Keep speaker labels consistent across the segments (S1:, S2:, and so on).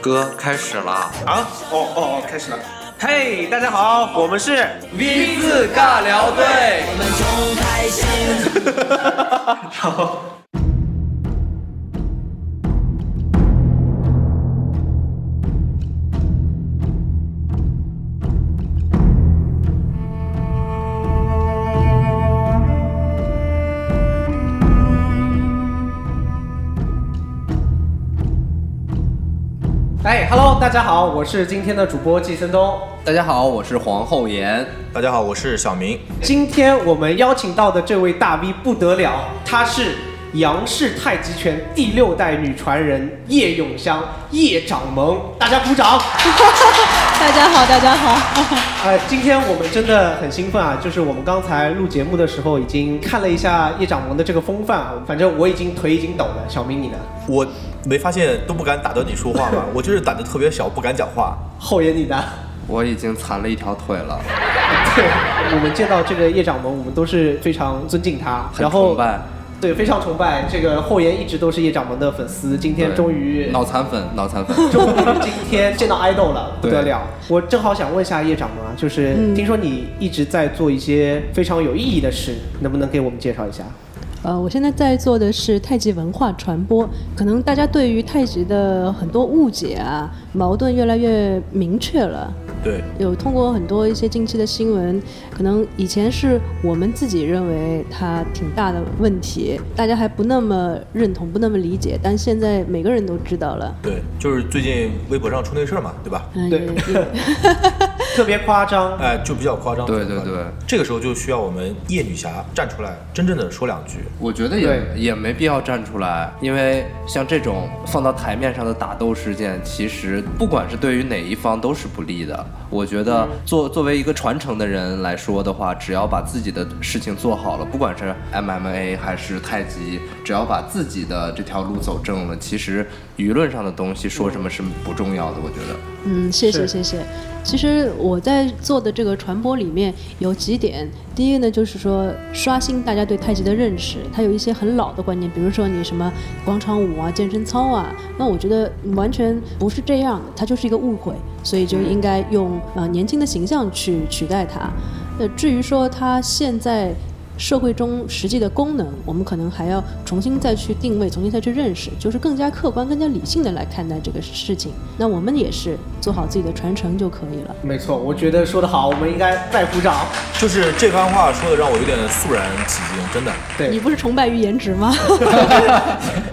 S1: 哥开始了，
S2: 啊，哦哦哦，开始了。嘿、大家好，我们是
S3: V 字尬聊队，
S4: 哎，Hello，大家好，我是今天的主播季森东。
S3: 大家好，我是皇后岩。
S5: 大家好，我是小明。
S4: 今天我们邀请到的这位大 V 不得了，她是杨氏太极拳第六代女传人叶永香，叶掌门，大家鼓掌。
S6: 大家好，大家好。
S4: 呃，今天我们真的很兴奋啊！就是我们刚才录节目的时候，已经看了一下叶掌门的这个风范啊，反正我已经腿已经抖了。小明，你呢？
S5: 我没发现都不敢打断你说话 吗？我就是胆子特别小，不敢讲话。
S4: 后爷，你呢？
S3: 我已经残了一条腿了，
S4: 对，我们见到这个叶掌门，我们都是非常尊敬他，
S3: 很
S4: 然后
S3: 崇拜。
S4: 对，非常崇拜。这个后延一直都是叶掌门的粉丝，今天
S3: 对
S4: 终于，
S3: 脑残粉，脑 残粉。
S4: 终于今天见到 idol 了，不
S3: 对
S4: 得了！我正好想问一下叶掌门啊，就是、听说你一直在做一些非常有意义的事，能不能给我们介绍一下？
S6: 呃，我现在在做的是太极文化传播，可能大家对于太极的很多误解啊、矛盾越来越明确了。
S5: 对，
S6: 有通过很多一些近期的新闻，可能以前是我们自己认为它挺大的问题，大家还不那么认同、不那么理解，但现在每个人都知道了。
S5: 对，就是最近微博上出那事儿嘛，对吧？
S6: 嗯，
S4: 对
S6: 也也
S4: 特别夸张，
S5: 哎，就比较夸张。
S3: 对
S5: 比较夸张
S3: 对对，
S5: 这个时候就需要我们叶女侠站出来，真正的说两句。
S3: 我觉得也
S4: 对
S3: 也没必要站出来，因为像这种放到台面上的打斗事件，其实不管是对于哪一方都是不利的。我觉得作作为一个传承的人来说的话，只要把自己的事情做好了，不管是 MMA 还是太极，只要把自己的这条路走正了，其实舆论上的东西说什么是不重要的。我觉得，
S6: 嗯，谢谢
S4: 是
S6: 谢谢。其实我在做的这个传播里面有几点，第一个呢就是说刷新大家对太极的认识，它有一些很老的观念，比如说你什么广场舞啊、健身操啊，那我觉得完全不是这样的，它就是一个误会，所以就应该用呃年轻的形象去取代它。呃，至于说它现在社会中实际的功能，我们可能还要重新再去定位，重新再去认识，就是更加客观、更加理性的来看待这个事情。那我们也是做好自己的传承就可以了。
S4: 没错，我觉得说得好，我们应该再鼓掌。
S5: 就是这番话说的让我有点肃然起敬，真的。
S4: 对
S6: 你，不是崇拜于颜值 吗？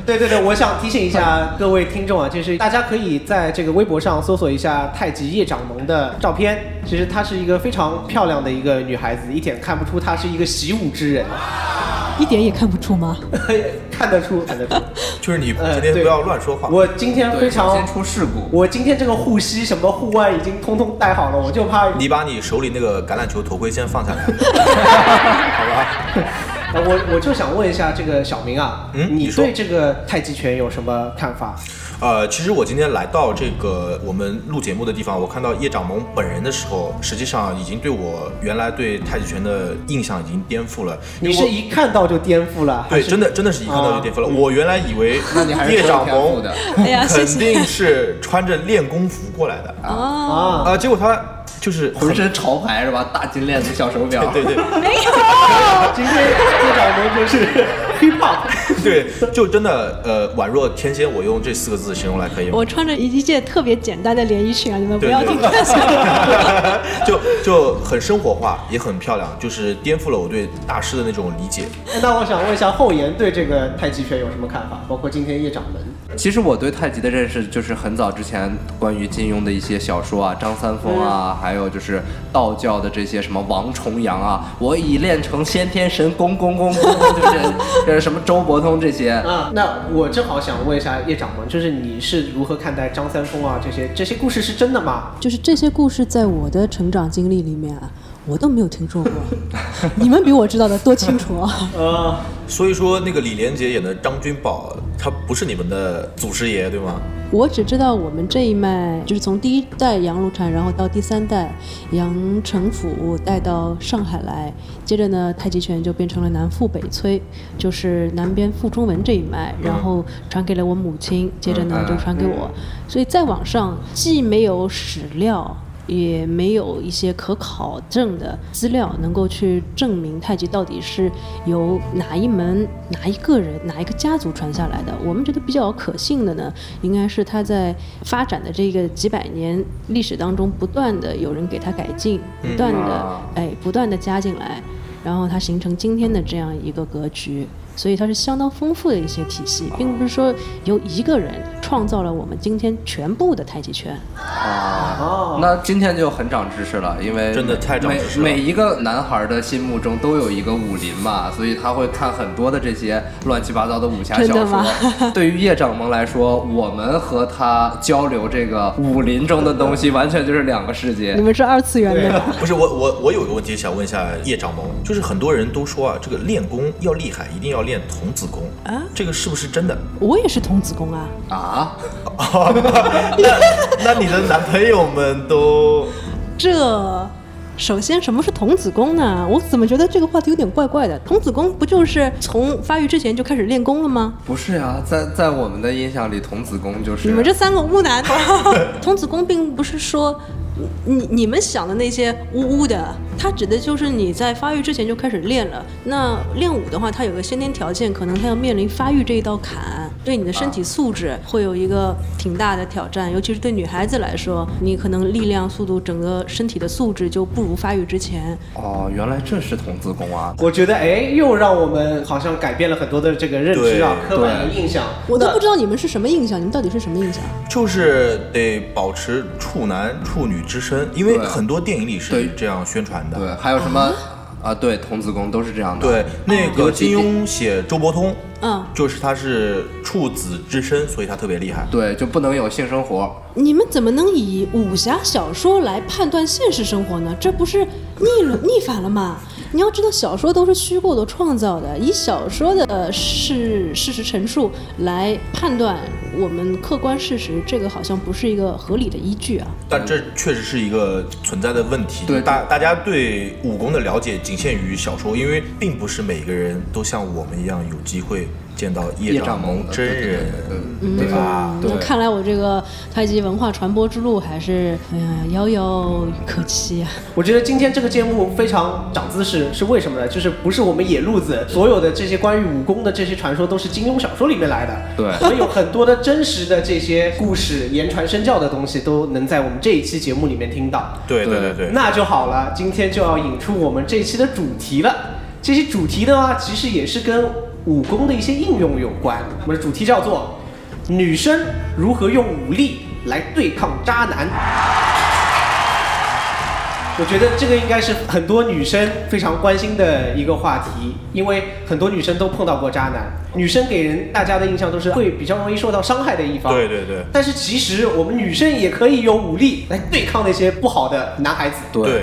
S4: 对对对，我想提醒一
S5: 嗯
S4: 下各位听众啊，就是大家可以在这个微博上搜索一下太极叶掌门的照片。其实她是一个非常漂亮的一个女孩子，一点看不出她是一个习武之人，
S6: 一点也看不出吗？
S4: 看得出，看 得出。
S5: 就是你
S4: 呃
S5: 今天
S4: 对
S5: 不要乱说话。
S4: 我今天非
S3: 小
S4: 常
S3: 心，出事故。
S4: 我今天这个护膝什么护腕已经通通带好了，我就怕。
S5: 你把你手里那个橄榄球头盔先放下来，好吧？
S4: 呃我我就想问一下这个小明啊，
S5: 嗯
S4: 你
S5: 你说
S4: 对这个太极拳有什么看法？
S5: 呃，其实我今天来到这个我们录节目的地方，我看到叶掌门本人的时候，实际上已经对我原来对太极拳的印象已经颠覆了。
S4: 你是一看到就颠覆了，还
S5: 对，
S4: 是
S5: 真的真的是一看到就颠覆了。我原来以为
S3: 你还是
S5: 叶掌
S3: 挺有天赋
S5: 门
S3: 的
S6: 哎 呀，谢
S5: 肯
S6: 谢。
S5: 定是穿着练功服过来的啊、
S6: 哦，
S4: 啊？
S5: 结果他就是很
S3: 浑身潮牌是吧？大金链子、小手表。
S5: 对对
S4: 今天叶掌门就是 hip hop，
S5: 对，就真的呃宛若天仙，我用这四个字形容来可以吗？
S6: 我穿着一件特别简单的连衣裙啊，你们不
S5: 对
S6: 要
S5: 对
S6: 听这些。
S5: 就就很生活化，也很漂亮，就是颠覆了我对大师的那种理解。
S4: 那我想问一下后延对这个太极拳有什么看法？包括今天叶掌门，
S3: 其实我对太极的认识就是很早之前关于金庸的一些小说啊，张三丰啊，还有就是道教的这些什么王重阳啊，我已练成先天神功，功功功功，就是就是什么周伯通这些。
S4: 啊，那我正好想问一下叶掌门，就是你是如何看待张三丰啊这些这些故事是真的吗？
S6: 就是这些故事在我的成长经历里面啊，我都没有听说过，你们比我知道的多清楚啊！
S4: 呃，
S5: 所以说那个李连杰演的张君宝，他不是你们的祖师爷对吗？
S6: 我只知道我们这一脉就是从第一代杨露禅，然后到第三代杨成甫带到上海来，接着呢太极拳就变成了南复北催，就是南边傅中文这一脉，然后传给了我母亲，接着呢就传给我，所以再往上既没有史料。也没有一些可考证的资料能够去证明太极到底是由哪一门、哪一个人、哪一个家族传下来的。我们觉得比较可信的呢，应该是它在发展的这个几百年历史当中，不断的有人给它改进，不断的
S3: 啊
S6: 哎，不断的加进来，然后它形成今天的这样一个格局。所以它是相当丰富的一些体系，并不是说由一个人创造了我们今天全部的太极拳。
S4: 哦，
S3: 那今天就很长知识了，因为
S5: 真的太长知识了
S3: 每每一个男孩的心目中都有一个武林嘛，所以他会看很多的这些乱七八糟的武侠小
S6: 真的吗
S3: 说。对于叶掌门来说，我们和他交流这个武林中的东西，完全就是两个世界
S6: 你。们是二次元的
S4: 对
S6: 吧？
S5: 不是我我我有个问题想问一下叶掌门，就是很多人都说啊，这个练功要厉害，一定要练童子功
S6: 啊，
S5: 这个是不是真的？
S6: 我也是童子功啊，
S3: 啊，
S5: 那你的男朋友们都
S6: 这。首先，什么是童子功呢？我怎么觉得这个话题有点怪怪的？童子功不就是从发育之前就开始练功了吗？
S3: 不是呀、在在我们的印象里，童子功就是
S6: 你们这三个污男， 童子功并不是说你你们想的那些污污的，它指的就是你在发育之前就开始练了。那练武的话，它有个先天条件，可能它要面临发育这一道坎，对你的身体素质会有一个挺大的挑战，尤其是对女孩子来说，你可能力量、速度、整个身体的素质就不如发育之前。
S3: 哦，原来这是童子功啊！
S4: 我觉得哎，又让我们好像改变了很多的这个认知啊，
S5: 对
S4: 刻板的印象。
S6: 我都
S4: 那
S6: 不知道你们是什么印象，你们到底是什么印象？
S5: 就是得保持处男处女之身，因为
S3: 对
S5: 很多电影里
S3: 对
S5: 是这样宣传的。
S3: 对，还有什么啊？对，童子功都是这样的。
S5: 对，那
S3: 有
S5: 个
S3: 几
S5: 金庸写周伯通，
S6: 嗯
S5: 就是他是处子之身，所以他特别厉害。
S3: 对，就不能有性生活。
S6: 你们怎么能以武侠小说来判断现实生活呢？这不是逆了逆反了吗？ 你要知道，小说都是虚构的、创造的，以小说的呃事事实陈述来判断我们客观事实，这个好像不是一个合理的依据啊。
S5: 但这确实是一个存在的问题。
S3: 对
S5: 大大家对武功的了解仅限于小说，因为并不是每个人都像我们一样有机会见到叶
S3: 掌
S5: 掌
S3: 门
S5: 门
S3: 的
S5: 真人，
S4: 嗯
S3: 对对对对吧？
S6: 那
S3: 对，
S6: 看来我这个太极文化传播之路还是，哎呀，遥遥可期啊。
S4: 我觉得今天这个节目非常长姿势，是为什么呢？就是不是我们野路子，所有的这些关于武功的这些传说都是金庸小说里面来的。
S3: 对
S4: 所以有很多的真实的这些故事、言传身教的东西，都能在我们这一期节目里面听到。
S5: 对对
S3: 对
S5: 对对。
S4: 那就好了，今天就要引出我们这一期的主题了。这期主题呢，其实也是跟武功的一些应用有关。我们的主题叫做“女生如何用武力来对抗渣男”。我觉得这个应该是很多女生非常关心的一个话题，因为很多女生都碰到过渣男。女生给人大家的印象都是会比较容易受到伤害的一方，
S5: 对对对
S4: 但是其实我们女生也可以用武力来对抗那些不好的男孩子。
S3: 对
S5: 对，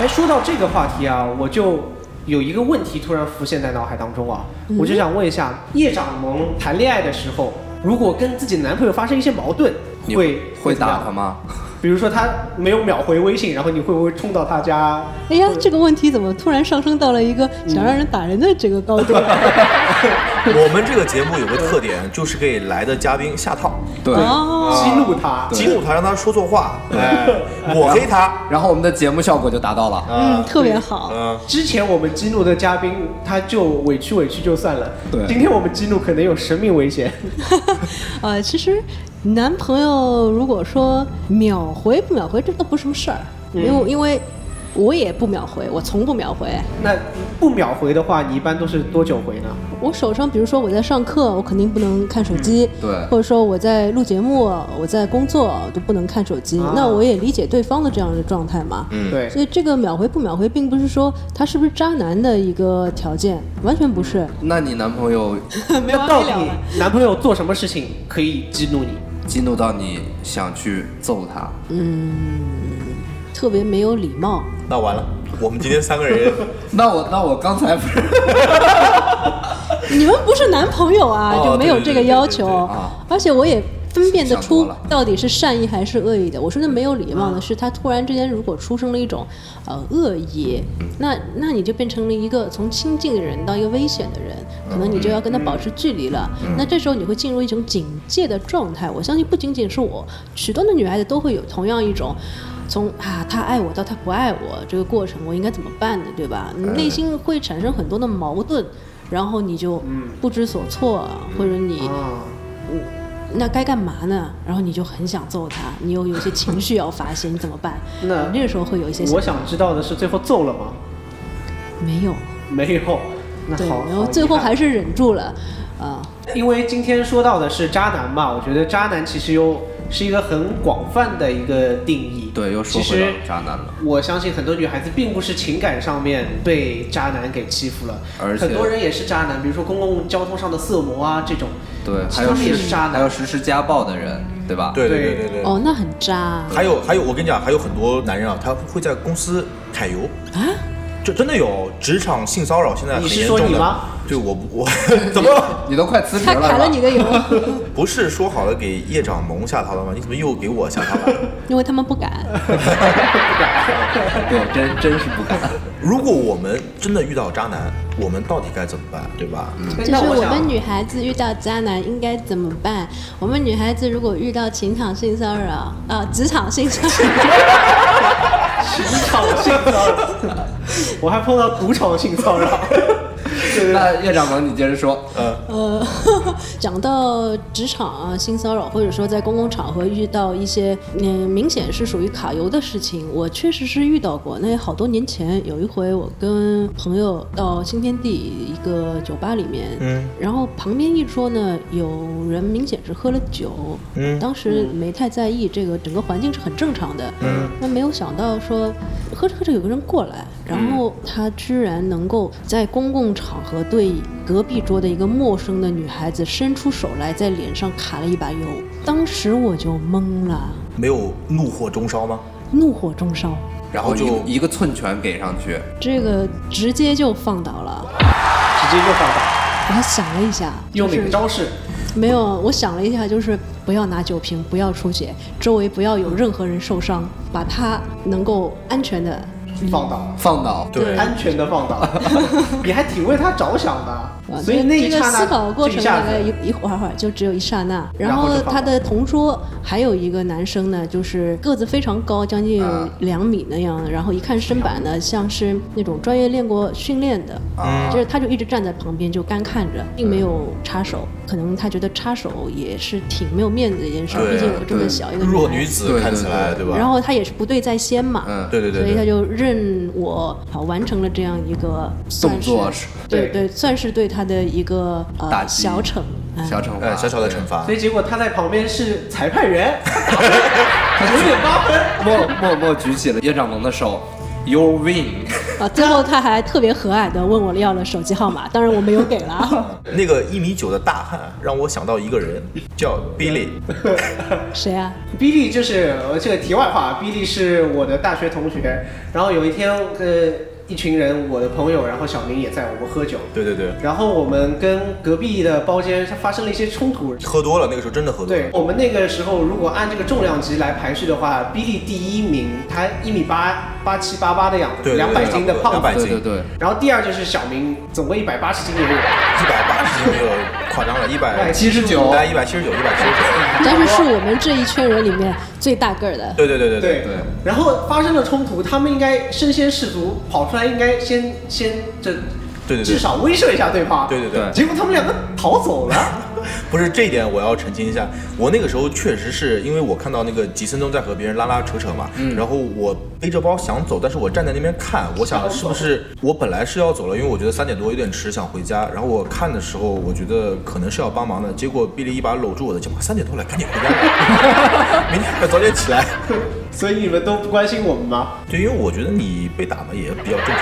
S4: 哎，说到这个话题啊，我就有一个问题突然浮现在脑海当中啊，我就想问一下，叶掌门谈恋爱的时候，如果跟自己男朋友发生一些矛盾，
S3: 你
S4: 会
S3: 会打他
S4: 他？
S3: 吗？
S4: 比如说他没有秒回微信，然后你会不会冲到他家？
S6: 哎呀，这个问题怎么突然上升到了一个想让人打人的这个高度？啊
S5: 我们这个节目有个特点，就是给来的嘉宾下套，
S3: 对。
S6: 哦，
S4: 激怒他？
S5: 激怒他，让他说错话，哎，抹黑他，
S3: 然后我们的节目效果就达到了。
S6: 嗯，特别好。
S5: 嗯，
S4: 之前我们激怒的嘉宾，他就委屈委屈就算了。
S3: 对
S4: 今天我们激怒可能有生命危险。
S6: 呃，其实男朋友如果说秒回不秒回，这都不是什么事儿，因为我因为我也不秒回，我从不秒回。
S4: 那不秒回的话，你一般都是多久回呢？
S3: 嗯
S6: 我手上，比如说我在上课，我肯定不能看手机；
S3: 对
S6: 或者说我在录节目，我在工作都不能看手机。
S4: 啊
S6: 那我也理解对方的这样的状态嘛。
S5: 嗯
S4: 对，
S6: 所以这个秒回不秒回，并不是说他是不是渣男的一个条件，完全不是。
S3: 那你男朋友
S6: 没
S4: 那到底男朋友做什么事情可以激怒你？
S3: 激怒到你想去揍他，
S6: 特别没有礼貌。
S5: 那完了，我们今天三个 人
S3: 那我那我刚才不是
S6: 你们不是男朋友啊，
S5: 哦
S6: 就没有
S5: 对对
S6: 这个
S5: 对
S6: 要
S5: 对
S6: 求。
S5: 对
S3: 啊
S6: 而且我也分辨得
S3: 想多
S6: 出
S3: 了
S6: 到底是善意还是恶意的。我说的没有礼貌
S5: 啊
S6: 呢，是他突然之间如果出生了一种呃恶意，
S5: 嗯
S6: 那那你就变成了一个从亲近的人到一个危险的人，可能你就要跟他保持距离了。
S5: 嗯
S6: 那这时候你会进入一种警戒的状态。我相信不仅仅是我，许多的女孩子都会有同样一种。从啊，他爱我到他不爱我这个过程，我应该怎么办呢？对吧？
S4: 嗯
S6: 你内心会产生很多的矛盾，然后你就
S4: 嗯
S6: 不知所措，或者你
S4: 啊，
S6: 那该干嘛呢？然后你就很想揍他，你又有一些情绪要发泄，你怎么办？
S4: 那
S6: 你这个时候会有一些
S4: 我想知道的是最后揍了吗？
S6: 没有，
S4: 没有，那
S6: 对，
S4: 好，
S6: 然后最后还
S4: 是
S6: 是忍住了，啊、
S4: 因为今天说到的是渣男嘛，我觉得渣男其实又是一个很广泛的一个定义。
S3: 对又说
S4: 其实
S3: 回到渣男了，
S4: 我相信很多女孩子并不是情感上面被渣男给欺负了，
S3: 而且
S4: 很多人也是渣男，比如说公共交通上的色魔啊这种，
S3: 对，
S4: 其
S3: 还有
S4: 实他们也
S3: 实
S4: 是渣
S3: 还有
S4: 男。
S3: 实施家暴的人，对吧？
S5: 对对对对对。
S6: 哦，那很渣啊！
S5: 还有还有，我跟你讲，还有很多男人啊，他会在公司揩油啊，这真的有职场性骚扰，现在很
S4: 你是
S5: 严
S4: 说
S5: 重
S4: 你
S5: 的
S4: 吗。
S5: 对，我不 我怎么了？
S3: 你都快辞职
S6: 他
S3: 了，
S6: 揩了你
S3: 是吧
S6: 的油，
S5: 不是说好了给叶掌蒙下套的吗？你怎么又给我下套了？
S6: 因为他们不敢。
S3: 对，真真是不 敢。
S5: 如果我们真的遇到渣男，我们到底该怎么办，对吧？嗯，
S6: 就
S4: 那
S6: 是我
S4: 想
S6: 们女孩子遇到渣男应该怎么办？我们女孩子如果遇到情场性骚扰啊、职场性骚扰，
S4: 职场性骚扰， 我还碰到赌场性骚扰。 对对
S3: 那叶掌门，你接着说。
S6: 呃，讲到职场啊性骚扰，或者说在公共场合遇到一些嗯、明显是属于卡油的事情，我确实是遇到过。那也好多年前有一回，我跟朋友到新天地一个酒吧里面，
S5: 嗯，
S6: 然后旁边一桌呢有人明显是喝了酒，
S5: 嗯
S6: 当时没太在意这个，整个环境是很正常的，
S5: 嗯，
S6: 那没有想到说喝着喝着有个人过来，然后他居然能够在公共场合对隔壁桌的一个陌生的女孩子伸出手来，在脸上卡了一把油，当时我就懵了，
S5: 没有怒火中烧吗？
S6: 怒火中烧，
S3: 然后
S5: 就
S3: 就一个寸拳给上去，
S6: 这个直接就放倒了。
S4: 直接就放倒，
S6: 我还想了一下，就
S4: 用哪
S6: 是
S4: 个招式？
S6: 没有，我想了一下，就是不要拿酒瓶，不要出血，周围不要有任何人受伤，把他能够安全的。
S4: 放倒，
S3: 放倒。
S5: 对
S4: 安全的放 倒。你还挺为他着想的，所以那
S6: 啊这
S4: 一
S6: 个
S4: 刹那，
S6: 思考过
S4: 这一
S6: 程
S4: 下
S6: 大
S4: 子
S6: 概一一会儿会儿，就只有一刹那。
S4: 然
S6: 然
S4: 后
S6: 后
S4: 就放
S6: 他的同桌还有一个男生呢，就是个子非常高，将近
S4: 嗯
S3: 啊
S6: 两米那样，然后一看身板呢，像是那种专业练过训练的，
S4: 嗯
S3: 啊
S6: 就是他就一直站在旁边就干看着，并没有插手。可能他觉得插手也是挺没有面子的一件事，
S5: 对
S6: 毕竟有这么
S3: 对
S6: 小一个
S5: 弱
S6: 孩
S5: 女
S6: 子
S5: 子
S3: 对
S5: 看起来，
S3: 对
S5: 吧？
S6: 然后他也是不对在先嘛，
S3: 嗯
S5: 对对对
S6: 所以他
S5: 对，
S6: 就任我啊完成了这样一个算
S3: 动作
S6: 是
S3: 是
S6: 对
S4: 对
S6: 对，算是对他的一个
S3: 打
S6: 呃
S3: 击
S6: 小惩。哎
S3: 小惩罚，
S5: 哎，小小的惩罚
S4: 所，以结果他在旁边是裁判员， 九点八分。
S3: 默默默举起了叶掌门的手，Your win。
S6: 啊，最后他还特别和蔼的问我要了手机号码，当然我没有给了 啊。
S5: 那个一米九的大汉让我想到一个人，叫 Billy，
S6: 谁啊？
S4: 比利就是呃这个题外话，比利是我的大学同学。然后有一天，呃，一群人，我的朋友，然后小明也在，我们喝酒。
S5: 对对对，
S4: 然后我们跟隔壁的包间发生了一些冲突。
S5: 喝多了，那个时候真的喝多
S4: 对
S5: 了，
S4: 我们那个时候，如果按这个重量级来排序的话，比利第一名，他一米八八七八八的样子，
S5: 对
S4: 两百斤的胖
S5: 两百
S4: 子。
S5: 斤，
S3: 对
S5: 一
S3: 对对，
S4: 然后第二就是小明，总共一百八十斤也有。
S5: 百八十斤没有夸张了，一百
S3: 七十九，
S5: 一百七十九，一百七十九，
S6: 但是是我们这一圈人里面最大个儿的。
S5: 对对对对
S4: 对
S3: 对
S4: 然后发生了冲突，他们应该身先士卒，跑出来应该先先这，
S5: 对对对
S4: 至少威慑一下对方。
S5: 对对对。
S4: 结果他们两个逃走 了。
S5: 不是这一点，我要澄清一下。我那个时候确实是因为我看到那个吉森东在和别人拉拉扯扯嘛，然后我背着包想走，但是我站在那边看，我想是不是我本来是要走了，因为我觉得三点多有点迟，想回家。然后我看的时候，我觉得可能是要帮忙的，结果比利一把搂住我的肩膀，三点多了，赶紧回家吧， 明天还早点起来。
S4: 所以你们都不关心我们吗？
S5: 对，因为我觉得你被打嘛也比较正常。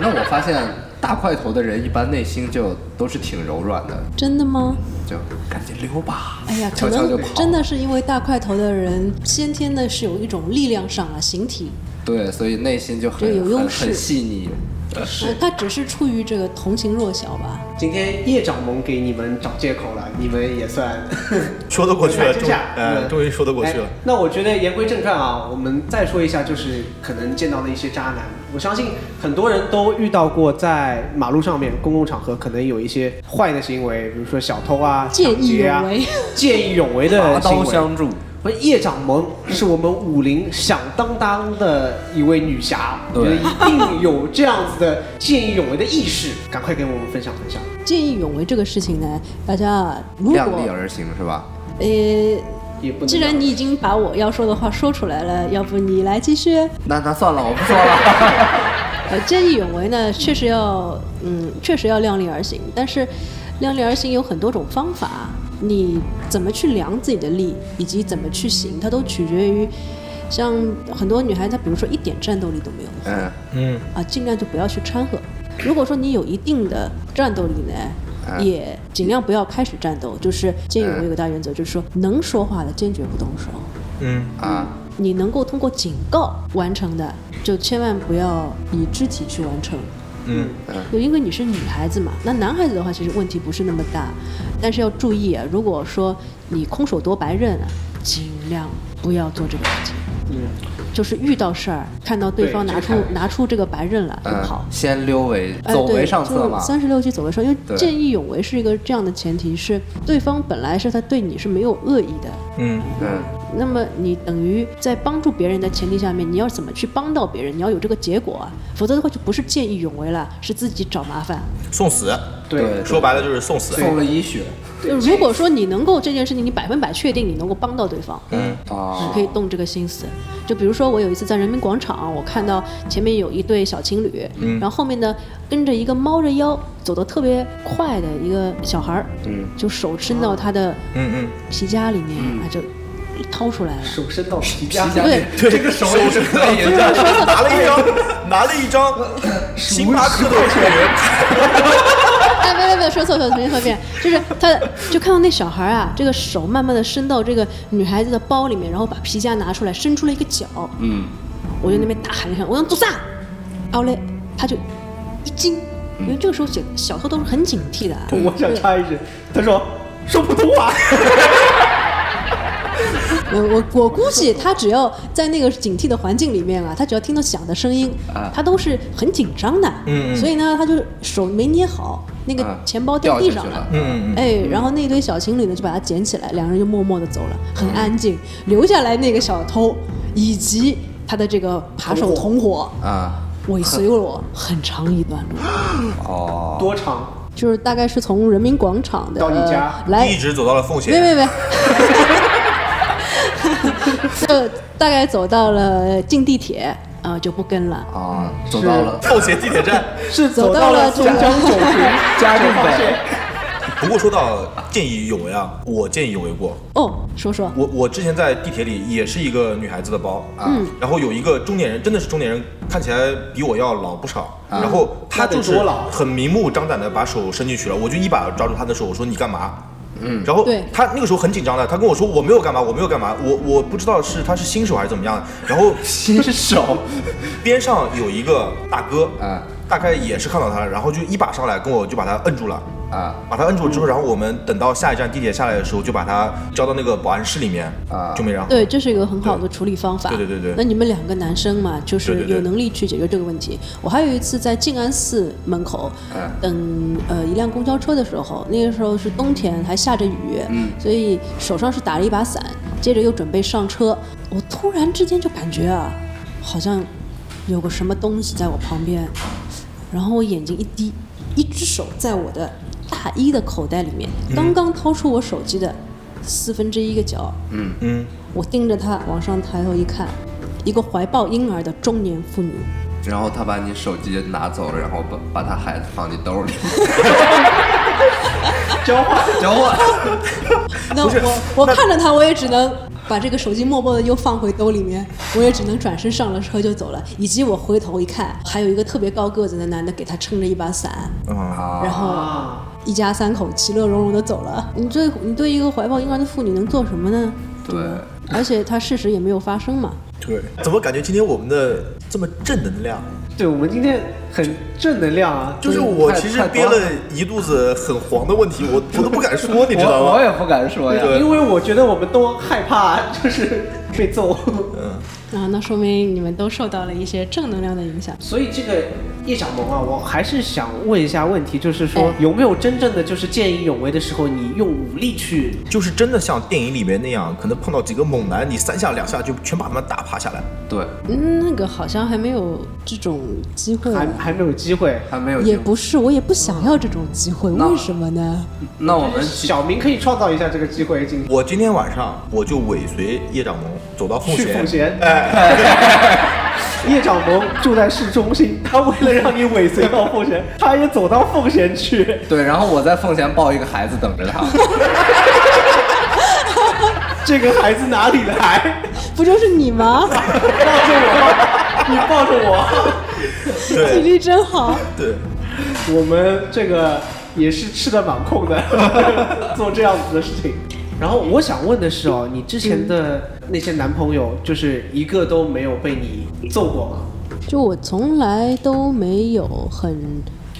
S3: 那我发现大块头的人一般内心就都是挺柔软的，
S6: 真的吗？
S3: 就赶紧溜吧，
S6: 哎呀，
S3: 悄
S6: 可
S3: 悄就
S6: 能
S3: 跑。
S6: 真的是因为大块头的人先天的是有一种力量上啊，形体，
S3: 对，所以内心就很
S6: 对有优
S3: 很
S6: 势
S3: 很细腻。
S6: 呃他只是出于这个同情弱小吧。
S4: 今天叶掌门给你们找借口了，你们也算
S5: 说得过去了，
S4: 就
S5: 终于哎，终于说得过去了。
S4: 那我觉得言归正传啊，我们再说一下，就是可能见到的一些渣男。我相信很多人都遇到过，在马路上面、公共场合，可能有一些坏的行为，比如说小偷啊、
S6: 见
S4: 抢
S6: 义
S4: 劫啊
S6: 勇为、
S4: 见义勇为的
S3: 拔刀
S4: 行为。
S3: 相助，
S4: 而叶掌门是我们武林响当当的一位女侠，我觉
S3: 对
S4: 得一定有这样子的见义勇为的意识，赶快给我们分享分享。
S6: 见义勇为这个事情呢，大家如
S3: 量力
S6: 果
S3: 而行是吧？
S6: 呃，
S4: 也不能
S6: 既然你已经把我要说的话说出来了，要不你来继续？
S3: 那那算了，我不说 了。
S6: 呃，见义勇为呢，确实要，嗯，确实要量力而行。但是，量力而行有很多种方法，你怎么去量自己的力，以及怎么去行，它都取决于。像很多女孩，她比如说一点战斗力都没有，
S4: 哎
S3: 嗯，
S5: 嗯，
S6: 啊，尽量就不要去掺和。如果说你有一定的战斗力呢，
S3: 嗯
S4: 哎
S6: 也尽量不要开始战斗。就是见义勇为有个大原则，就是说能说话的坚决不动手。
S5: 嗯，
S3: 啊，
S6: 你能够通过警告完成的，就千万不要以肢体去完成。
S5: 嗯，
S6: 就因为你是女孩子嘛，那男孩子的话其实问题不是那么大，但是要注意啊，如果说你空手夺白刃啊，尽量不要做这个事情。
S4: 嗯，
S6: 就是遇到事儿，看到对方
S4: 对
S6: 拿
S4: 这
S6: 出
S4: 个太
S6: 拿出这个白刃了就
S3: 嗯
S6: 跑，。
S3: 先溜为
S6: 哎
S3: 走为
S6: 对
S3: 上策
S6: 就
S3: 嘛。
S6: 三十六计走为上，因为
S3: 对
S6: 见义勇为是一个这样的前提，是对方本来是他对你是没有恶意的，
S5: 嗯，
S3: 嗯，
S6: 那么你等于在帮助别人的前提下面，你要怎么去帮到别人？你要有这个结果啊，否则的话就不是见义勇为了，是自己找麻烦。
S5: 送死，
S3: 对，
S5: 说白了就是送死。
S3: 送了一血。
S6: 就如果说你能够这件事情，你百分百确定你能够帮到对方，
S5: 嗯，
S3: 啊，
S6: 你可以动这个心思。就比如说，我有一次在人民广场，我看到前面有一对小情侣，然后后面呢跟着一个猫着腰走得特别快的一个小孩儿，
S3: 嗯
S6: 就手伸到他的
S5: 嗯
S6: 皮夹里面，啊，就掏出来了。
S4: 手伸到皮夹里，
S3: 皮夹
S6: 对，
S5: 嗯，这个手是可以的， 拿了一 张，拿了一张星巴克的会员卡，
S6: 哎，没没没，说错了，重新说一遍，就是他，就看到那小孩啊，这个手慢慢的伸到这个女孩子的包里面，然后把皮夹拿出来，伸出了一个脚，
S3: 嗯，
S6: 我就那边大喊一声，我想做啥？奥嘞，他就一惊，因为这个时候小小偷都是很警惕的啊，
S4: 我想插一句，他说说普通话。
S6: 我我我估计他只要在那个警惕的环境里面啊，他只要听到响的声音
S3: 啊，
S6: 他都是很紧张的。
S5: 嗯嗯
S6: 所以呢，他就手没捏好，那个
S3: 啊
S6: 钱包掉地
S3: 掉
S6: 上
S3: 下去了
S5: 嗯嗯
S6: 哎，然后那堆小情侣呢就把它捡起来，两人就默默的走了，很安静，留下来那个小偷以及他的这个扒手同伙，
S3: 啊，
S6: 尾随了我很长一段路，
S3: 哦，
S4: 多长？
S6: 就是大概是从人民广场的
S4: 到你家
S6: 来
S5: 一直走到了奉
S6: 没
S5: 贤。
S6: 没没， 就大概走到了进地铁，啊、就不跟了。
S3: 啊，走到了
S5: 奉贤地铁站。
S4: 是
S6: 走到
S4: 到
S6: 了
S4: 松
S6: 这个
S4: 江九 平
S3: 嘉定北。
S5: 不过说到见义勇为啊，我见义勇为过。
S6: 哦，说说，
S5: 我我之前在地铁里也是一个女孩子的包啊，
S4: 嗯
S5: 然后有一个中年人，真的是中年人，看起来比我要老不少，然后他就是
S4: 那嗯得多老啊
S5: 很明目张胆的把手伸进去了，我就一把抓住他的手，我说你干嘛？嗯，然后
S6: 对
S5: 他那个时候很紧张的，他跟我说我没有干嘛，我没有干嘛，我我不知道是他是新手还是怎么样的。然后
S3: 新手，
S5: 边上有一个大哥，
S3: 啊
S5: 大概也是看到他了，然后就一把上来跟我就把他摁住了，
S3: 啊
S5: 把他摁住之后，然后我们等到下一站地铁下来的时候，就把他交到那个保安室里面，
S3: 啊
S5: 就没然后。
S6: 对，这是一个很好的处理方法。
S5: 对对对对
S6: 那你们两个男生嘛，就
S5: 对
S6: 是
S5: 对对
S6: 有能力去解决这个问题。我还有一次在静安寺门口
S3: 嗯
S5: 哎
S6: 等呃一辆公交车的时候，那个时候是冬天，还下着雨，
S5: 嗯
S6: 所以手上是打了一把伞，接着又准备上车，我突然之间就感觉啊，好像有个什么东西在我旁边，然后我眼睛一低，一只手在我的大衣的口袋里面，
S5: 嗯
S6: 刚刚掏出我手机的四分之一个角，
S5: 嗯，
S6: 我盯着他往上抬头一看，一个怀抱婴儿的中年妇女，
S3: 然后他把你手机拿走了，然后把把他孩子放你兜 里，
S4: 交换
S3: 交换。
S6: 那我我看着他，我也只能把这个手机默默的又放回兜里面，我也只能转身上了车就走了。以及我回头一看，还有一个特别高个子的男的给他撑着一把伞，
S5: 啊，
S6: 然后一家三口其乐融融的走了。你对你对一个怀抱婴儿的妇女能做什么呢？
S3: 对，
S6: 而且他事实也没有发生嘛。
S5: 对，怎么感觉今天我们的这么正能量？
S4: 对我们今天很正能量啊，
S5: 就是我其实憋了一肚子很黄的问题，我我都不敢 说，你知道
S3: 我我
S5: 吗？
S3: 也不敢说呀。
S5: 对
S4: 啊因为我觉得我们都害怕就是 被揍，
S6: 啊，那说明你们都受到了一些正能量的影响。
S4: 所以这个叶小萌啊，我还是想问一下问题，就是说
S6: 哎
S4: 有没有真正的就是见义勇为的时候，你用武力去
S5: 就是真的像电影里面那样，可能碰到几个猛男，你三下两下就全把他们打趴下来。
S3: 对，
S6: 嗯，那个好像还没有这种机会，
S4: 还还没有机会？
S3: 还没有
S6: 也
S3: 进入。
S6: 不是，我也不想要这种机会，
S3: 那
S6: 为什么呢？
S3: 那我们去
S4: 小明可以创造一下这个机会，今天
S5: 我今天晚上我就尾随叶掌门走到哎奉
S4: 去
S5: 贤
S4: 奉，贤。叶长萌住在市中心，他为了让你尾随到奉贤，他也走到奉贤去。
S3: 对，然后我在奉贤抱一个孩子等着他。
S4: 这个孩子哪里来？
S6: 不就是你吗？
S4: 抱着我，你抱着我。
S6: 体
S5: 对
S6: 力真好。
S5: 对，
S4: 我们这个也是吃的蛮空的， 做这样子的事情。然后我想问的是哦，你之前的那些男朋友，就是一个都没有被你揍过吗？
S6: 就我从来都没有很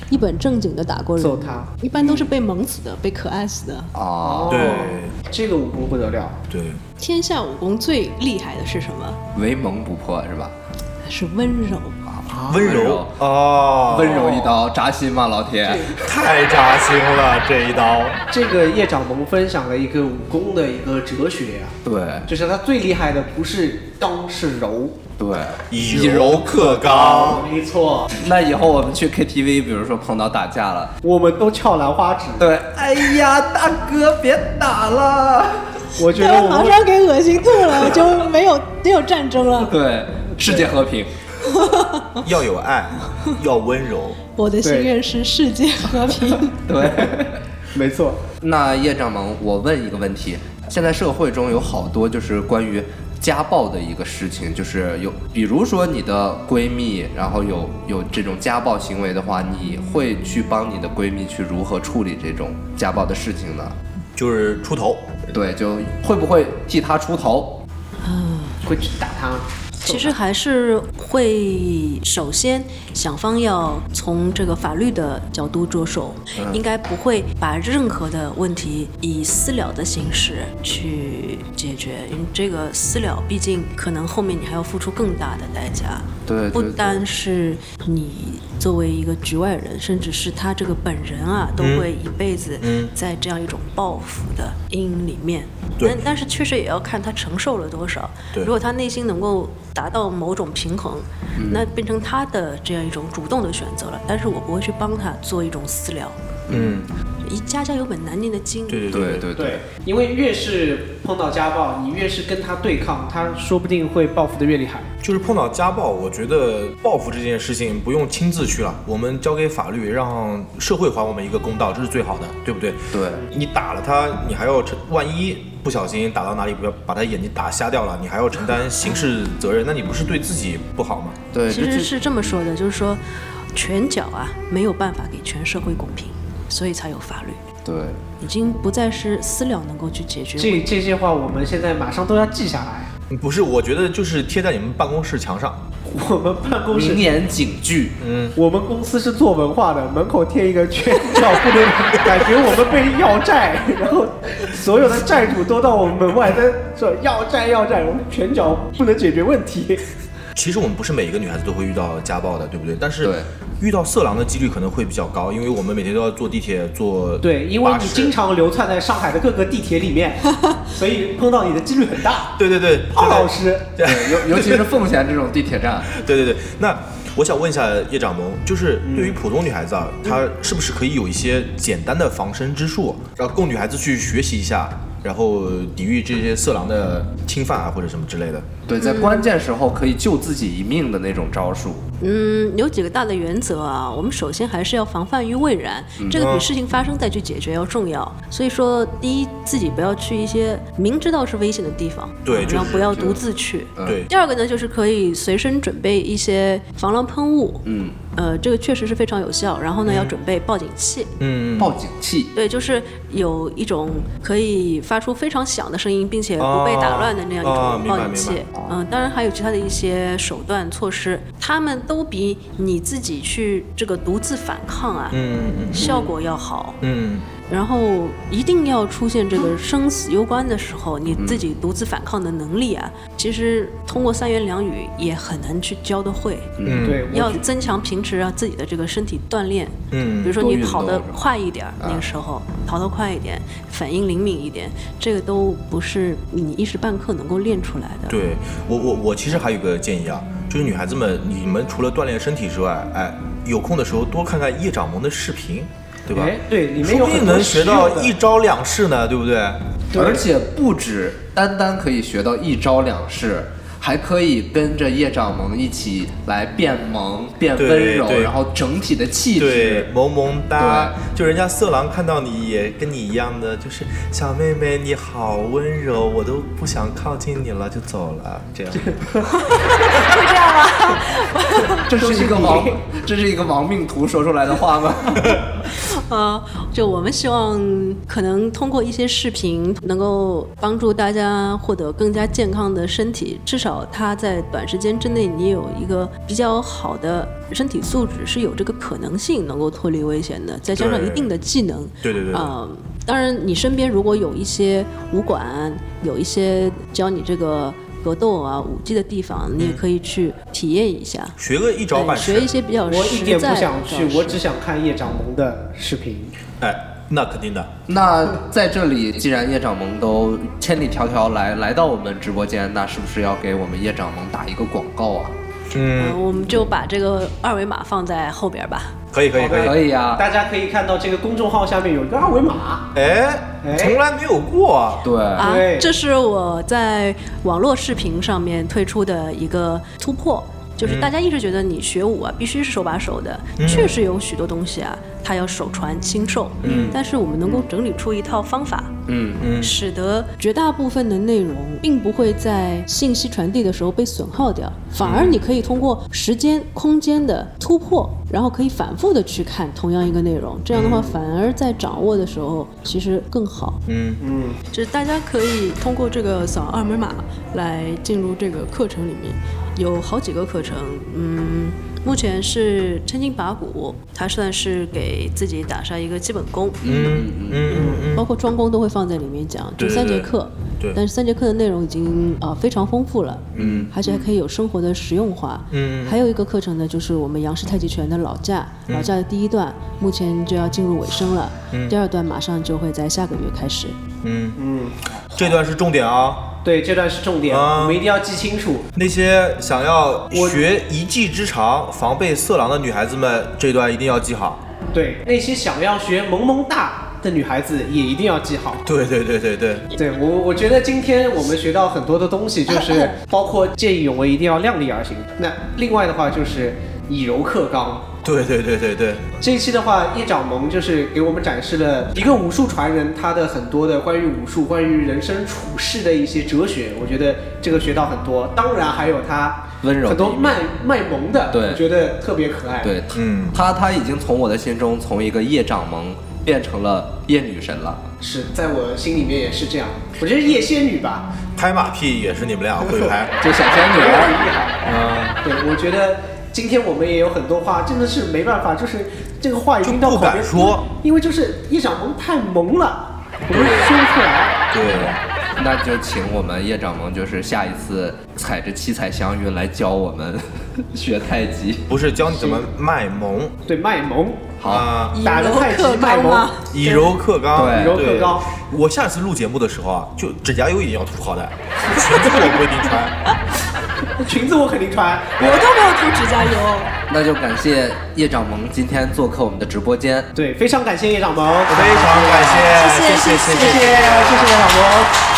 S6: 一本正经的打过人，
S4: 揍他
S6: 一般都是被萌死的，被可爱死的。
S3: 哦，
S5: 对
S4: 这个武功不得了。
S5: 对，
S6: 天下武功最厉害的是什么？
S3: 唯蒙不破是吧？
S6: 是温柔。
S5: 啊温
S3: 温
S5: 柔
S3: 柔
S5: 哦，
S3: 温柔一刀扎心吗？老铁，
S5: 太扎心了这一刀。
S4: 这个叶长萌分享了一个武功的一个哲学啊，
S3: 对
S4: 就是他最厉害的不是刚是柔，
S3: 对，
S5: 以柔克刚，
S4: 哦没错，
S3: 那以后我们去 KTV，比如说碰到打架了，
S4: 我们都翘兰花指。
S3: 对，哎呀，大哥别打了，
S4: 我觉
S6: 被
S4: 得
S6: 我
S4: 我
S6: 马
S4: 们
S6: 上给恶心吐了，我就没有没有战争了。
S3: 对，世界和平，
S5: 要有爱，要温柔。
S6: 我的心愿是世界和平。
S3: 对。
S4: 没错，
S3: 那叶掌门，我问一个问题：现在社会中有好多就是关于家暴的一个事情，就是有，比如说你的闺蜜，然后有有这种家暴行为的话，你会去帮你的闺蜜去如何处理这种家暴的事情呢？
S5: 就是出头，
S3: 对，就会不会替她出头？
S4: 会去打他。
S1: 其实还是会首先想方要从这个法律的角度着手，
S3: 嗯
S1: 应该不会把任何的问题以私了的形式去解决，因为这个私了毕竟可能后面你还要付出更大的代价。
S3: 对
S1: 不
S3: 对对
S1: 单是你作为一个局外人，甚至是他这个本人啊，都
S5: 嗯
S1: 会一辈子在这样一种报复的阴影里面。
S5: 对
S1: 但但是确实也要看他承受了多少。
S5: 对
S1: 如果他内心能够达到某种平衡，
S5: 嗯
S1: 那变成他的这样一种主动的选择了。但是我不会去帮他做一种私了。
S5: 嗯，
S1: 一家家有本难念的经。
S5: 对
S3: 对对对，
S4: 对，因为越是碰到家暴，你越是跟他对抗，他说不定会报复的越厉害。
S5: 就是碰到家暴，我觉得报复这件事情不用亲自去了，我们交给法律，让社会还我们一个公道，这是最好的，对不对？
S3: 对
S5: 你打了他，你还要承，万一不小心打到哪里，不要把他眼睛打瞎掉了，你还要承担刑事责任，那你不是对自己不好吗？
S3: 对，
S1: 其
S3: 这
S1: 实
S3: 这
S1: 是这么说的，就是说，拳脚啊没有办法给全社会公平，所以才有法律。
S3: 对
S1: 已经不再是私了能够去解决。
S4: 这这些话我们现在马上都要记下来。
S5: 不是，我觉得就是贴在你们办公室墙上，
S4: 我们办公室
S3: 名，言警句，
S4: 我们公司是做文化的，门口贴一个拳脚不能，感觉我们被要债， 然后所有的债主都到我们门外在说要债要债，我们拳脚不能解决问题。
S5: 其实我们不是每一个女孩子都会遇到家暴的，对不对？但是
S3: 对
S5: 遇到色狼的几率可能会比较高，因为我们每天都要坐地铁、坐
S4: 对，因为
S5: 巴
S4: 你
S5: 士
S4: 经常流窜在上海的各个地铁里 面，所以碰到你的几率很大。
S5: 对对对，
S4: 胖老师，
S5: 对
S3: 对，尤尤其是奉贤这种地铁站，
S5: 对对对，那我想问一下叶掌门，就是
S4: 嗯
S5: 对于普通女孩子啊，她是不是可以有一些简单的防身之术，然后供女孩子去学习一下，然后抵御这些色狼的侵犯啊，或者什么之类的？
S3: 对，在关键时候可以救自己一命的那种招数。
S1: 嗯，有几个大的原则啊。我们首先还是要防范于未然，
S5: 嗯
S1: 这个比事情发生再去解决要重要。所以说，第一，自己不要去一些明知道是危险的地方，
S5: 对
S1: 嗯
S5: 就
S1: 然后
S5: 是嗯
S1: 不要
S5: 就
S1: 独自去。
S4: 嗯
S5: 对，
S1: 第二个呢，就是可以随身准备一些防狼喷雾，
S3: 嗯，
S1: 呃，这个确实是非常有效。然后呢，要准备报警器，
S5: 嗯，
S3: 报警器，
S1: 对，就是有一种可以发出非常响的声音，并且不被打乱的那样一
S5: 哦
S1: 种
S5: 明
S1: 报
S5: 白
S1: 警器
S5: 明。
S1: 嗯、当然还有其他的一些手段措施，他们都比你自己去这个独自反抗啊，
S5: 嗯嗯
S1: 效果要好。
S5: 嗯，
S1: 然后一定要出现这个生死攸关的时候，你自己独自反抗的能力啊，其实通过三言两语也很难去教得会。
S5: 嗯
S4: 对，我
S1: 要增强平时啊自己的这个身体锻炼，
S5: 嗯
S1: 比如说
S3: 多
S1: 你
S3: 运
S1: 跑得
S3: 动是吧啊
S1: 快一点儿，那个时候跑得快一点，反应灵敏一点，这个都不是你一时半刻能够练出来的。
S5: 对我我我其实还有个建议啊，就是女孩子们，你们除了锻炼身体之外，哎，有空的时候多看看叶掌门的视频，对吧
S4: 哎？对里面
S5: 说
S4: 有
S5: 不定
S4: 很多
S5: 能
S4: 实
S5: 学
S4: 用
S5: 到
S4: 的
S5: 一招两式呢，对不对？
S3: 而且不止单单可以学到一招两式，还可以跟着叶掌门一起来变萌、变
S5: 对
S3: 温柔，
S5: 对
S3: 然后整体的气
S5: 对
S3: 质，。
S5: 萌萌哒，就人家色狼看到你也跟你一样的，就是小妹妹你好温柔，我都不想靠近你了，就走 了，这样。
S3: 这是一 个亡，这是一个亡命徒说出来的话吗？
S1: 呃， 就我们希望可能通过一些视频，能够帮助大家获得更加健康的身体，至少他在短时间之内，你有一个比较好的身体素质，是有这个可能性能够脱离危险的，再加上
S5: 对
S1: 一定的技能，
S5: 对对对对
S1: 呃当然，你身边如果有一些武馆，有一些教你这个格斗啊、武技的地方，你也可以去体验一下，
S5: 学个一招
S1: 对
S5: 半
S1: 哎学一
S5: 式，
S1: 些比较
S4: 我一
S1: 实
S4: 点
S1: 在
S4: 不
S1: 的
S4: 想
S1: 招
S4: 去，我
S1: 式
S4: 只想看叶掌门的视频。
S5: 哎，那肯定的。
S3: 那在这里，既然叶掌门都千里迢迢来来到我们直播间，那是不是要给我们叶掌门打一个广告啊？
S5: 嗯，
S1: 嗯，我们就把这个二维码放在后边吧。
S5: 可以可以可以。
S3: 可以啊，
S4: 大家可以看到这个公众号下面有一个二维码，
S5: 哎，
S4: 哎
S5: 从来没有过啊。
S3: 对，
S1: 啊
S4: 对，
S1: 这是我在网络视频上面推出的一个突破，就是大家一直觉得你学舞啊必须是手把手的，确实有许多东西啊，它要手传亲授，嗯，但是我们能够整理出一套方法，
S3: 嗯，
S1: 使得
S6: 绝大部分的内容并不会在信息传递的时候被损耗掉，反而你可以通过时间、空间的突破，然后可以反复的去看同样一个内容，这样的话反而在掌握的时候其实更好。
S5: 嗯，
S6: 就是大家可以通过这个扫二维码来进入这个课程里面，
S1: 有好几个课程，嗯，目前是抻筋拔骨，它算是给自己打下一个基本功，
S5: 嗯嗯嗯嗯，
S6: 包括庄工都会放在里面讲，就
S5: 对
S6: 三节
S5: 对
S6: 课。
S5: 对
S6: 但是三节课的内容已经啊、呃非常丰富了，嗯，而且还可以有生活的实用化，
S5: 嗯
S6: 还有一个课程呢，就是我们杨氏太极拳的老架，老架的第一段目前就要进入尾声了，第二段马上就会在下个月开始，
S5: 嗯嗯，这段是重点啊。
S4: 对，这段是重点，
S5: 啊
S4: 我们一定要记清楚。
S5: 那些想要学一技之长、防备色狼的女孩子们，这段一定要记好。
S4: 对，那些想要学萌萌哒的女孩子也一定要记好。
S5: 对对对对对，
S4: 对我，我觉得今天我们学到很多的东西，就是包括见义勇为一定要量力而行。那另外的话就是以柔克刚。
S5: 对对对对对，
S4: 这一期的话，叶掌蒙就是给我们展示了一个武术传人他的很多的关于武术、关于人生处世的一些哲学。我觉得这个学到很多，当然还有他
S3: 温柔的
S4: 很多
S3: 一面
S4: 卖卖萌的，
S3: 对
S4: 我觉得特别可爱。
S3: 对，
S5: 嗯
S3: 他他已经从我的心中从一个叶掌门变成了叶女神了。
S4: 是在我心里面也是这样。我觉得叶仙女吧，
S5: 拍马屁也是你们俩会 拍。
S3: 就小仙女啊
S4: 很
S3: 儿，
S4: 厉害。
S5: 嗯，
S4: 对，我觉得今天我们也有很多话，真的是没办法，就是这个话语
S5: 就
S4: 听到
S5: 不
S4: 口边
S5: 敢说，
S4: 因为就是叶掌蒙太萌了，我们说不出来。
S5: 对，
S3: 那就请我们叶掌门，就是下一次踩着七彩祥云来教我们 学太极。
S5: 不是教你怎么卖萌
S4: 对，卖萌，
S3: 好，
S5: 啊，
S4: 打着太极卖萌。
S5: 以柔克刚，
S3: 对以
S4: 柔克刚
S5: 对。我下次录节目的时候啊，就指甲油一定要涂好的，裙子我不一定穿。
S4: 裙子我肯定穿。
S1: 我都没有涂指甲油。
S3: 那就感谢叶掌门今天做客我们的直播间。
S4: 对，非常感谢叶掌蒙，
S5: 非常感谢，
S1: 谢谢
S5: 谢
S1: 谢谢
S4: 谢谢谢谢叶掌蒙。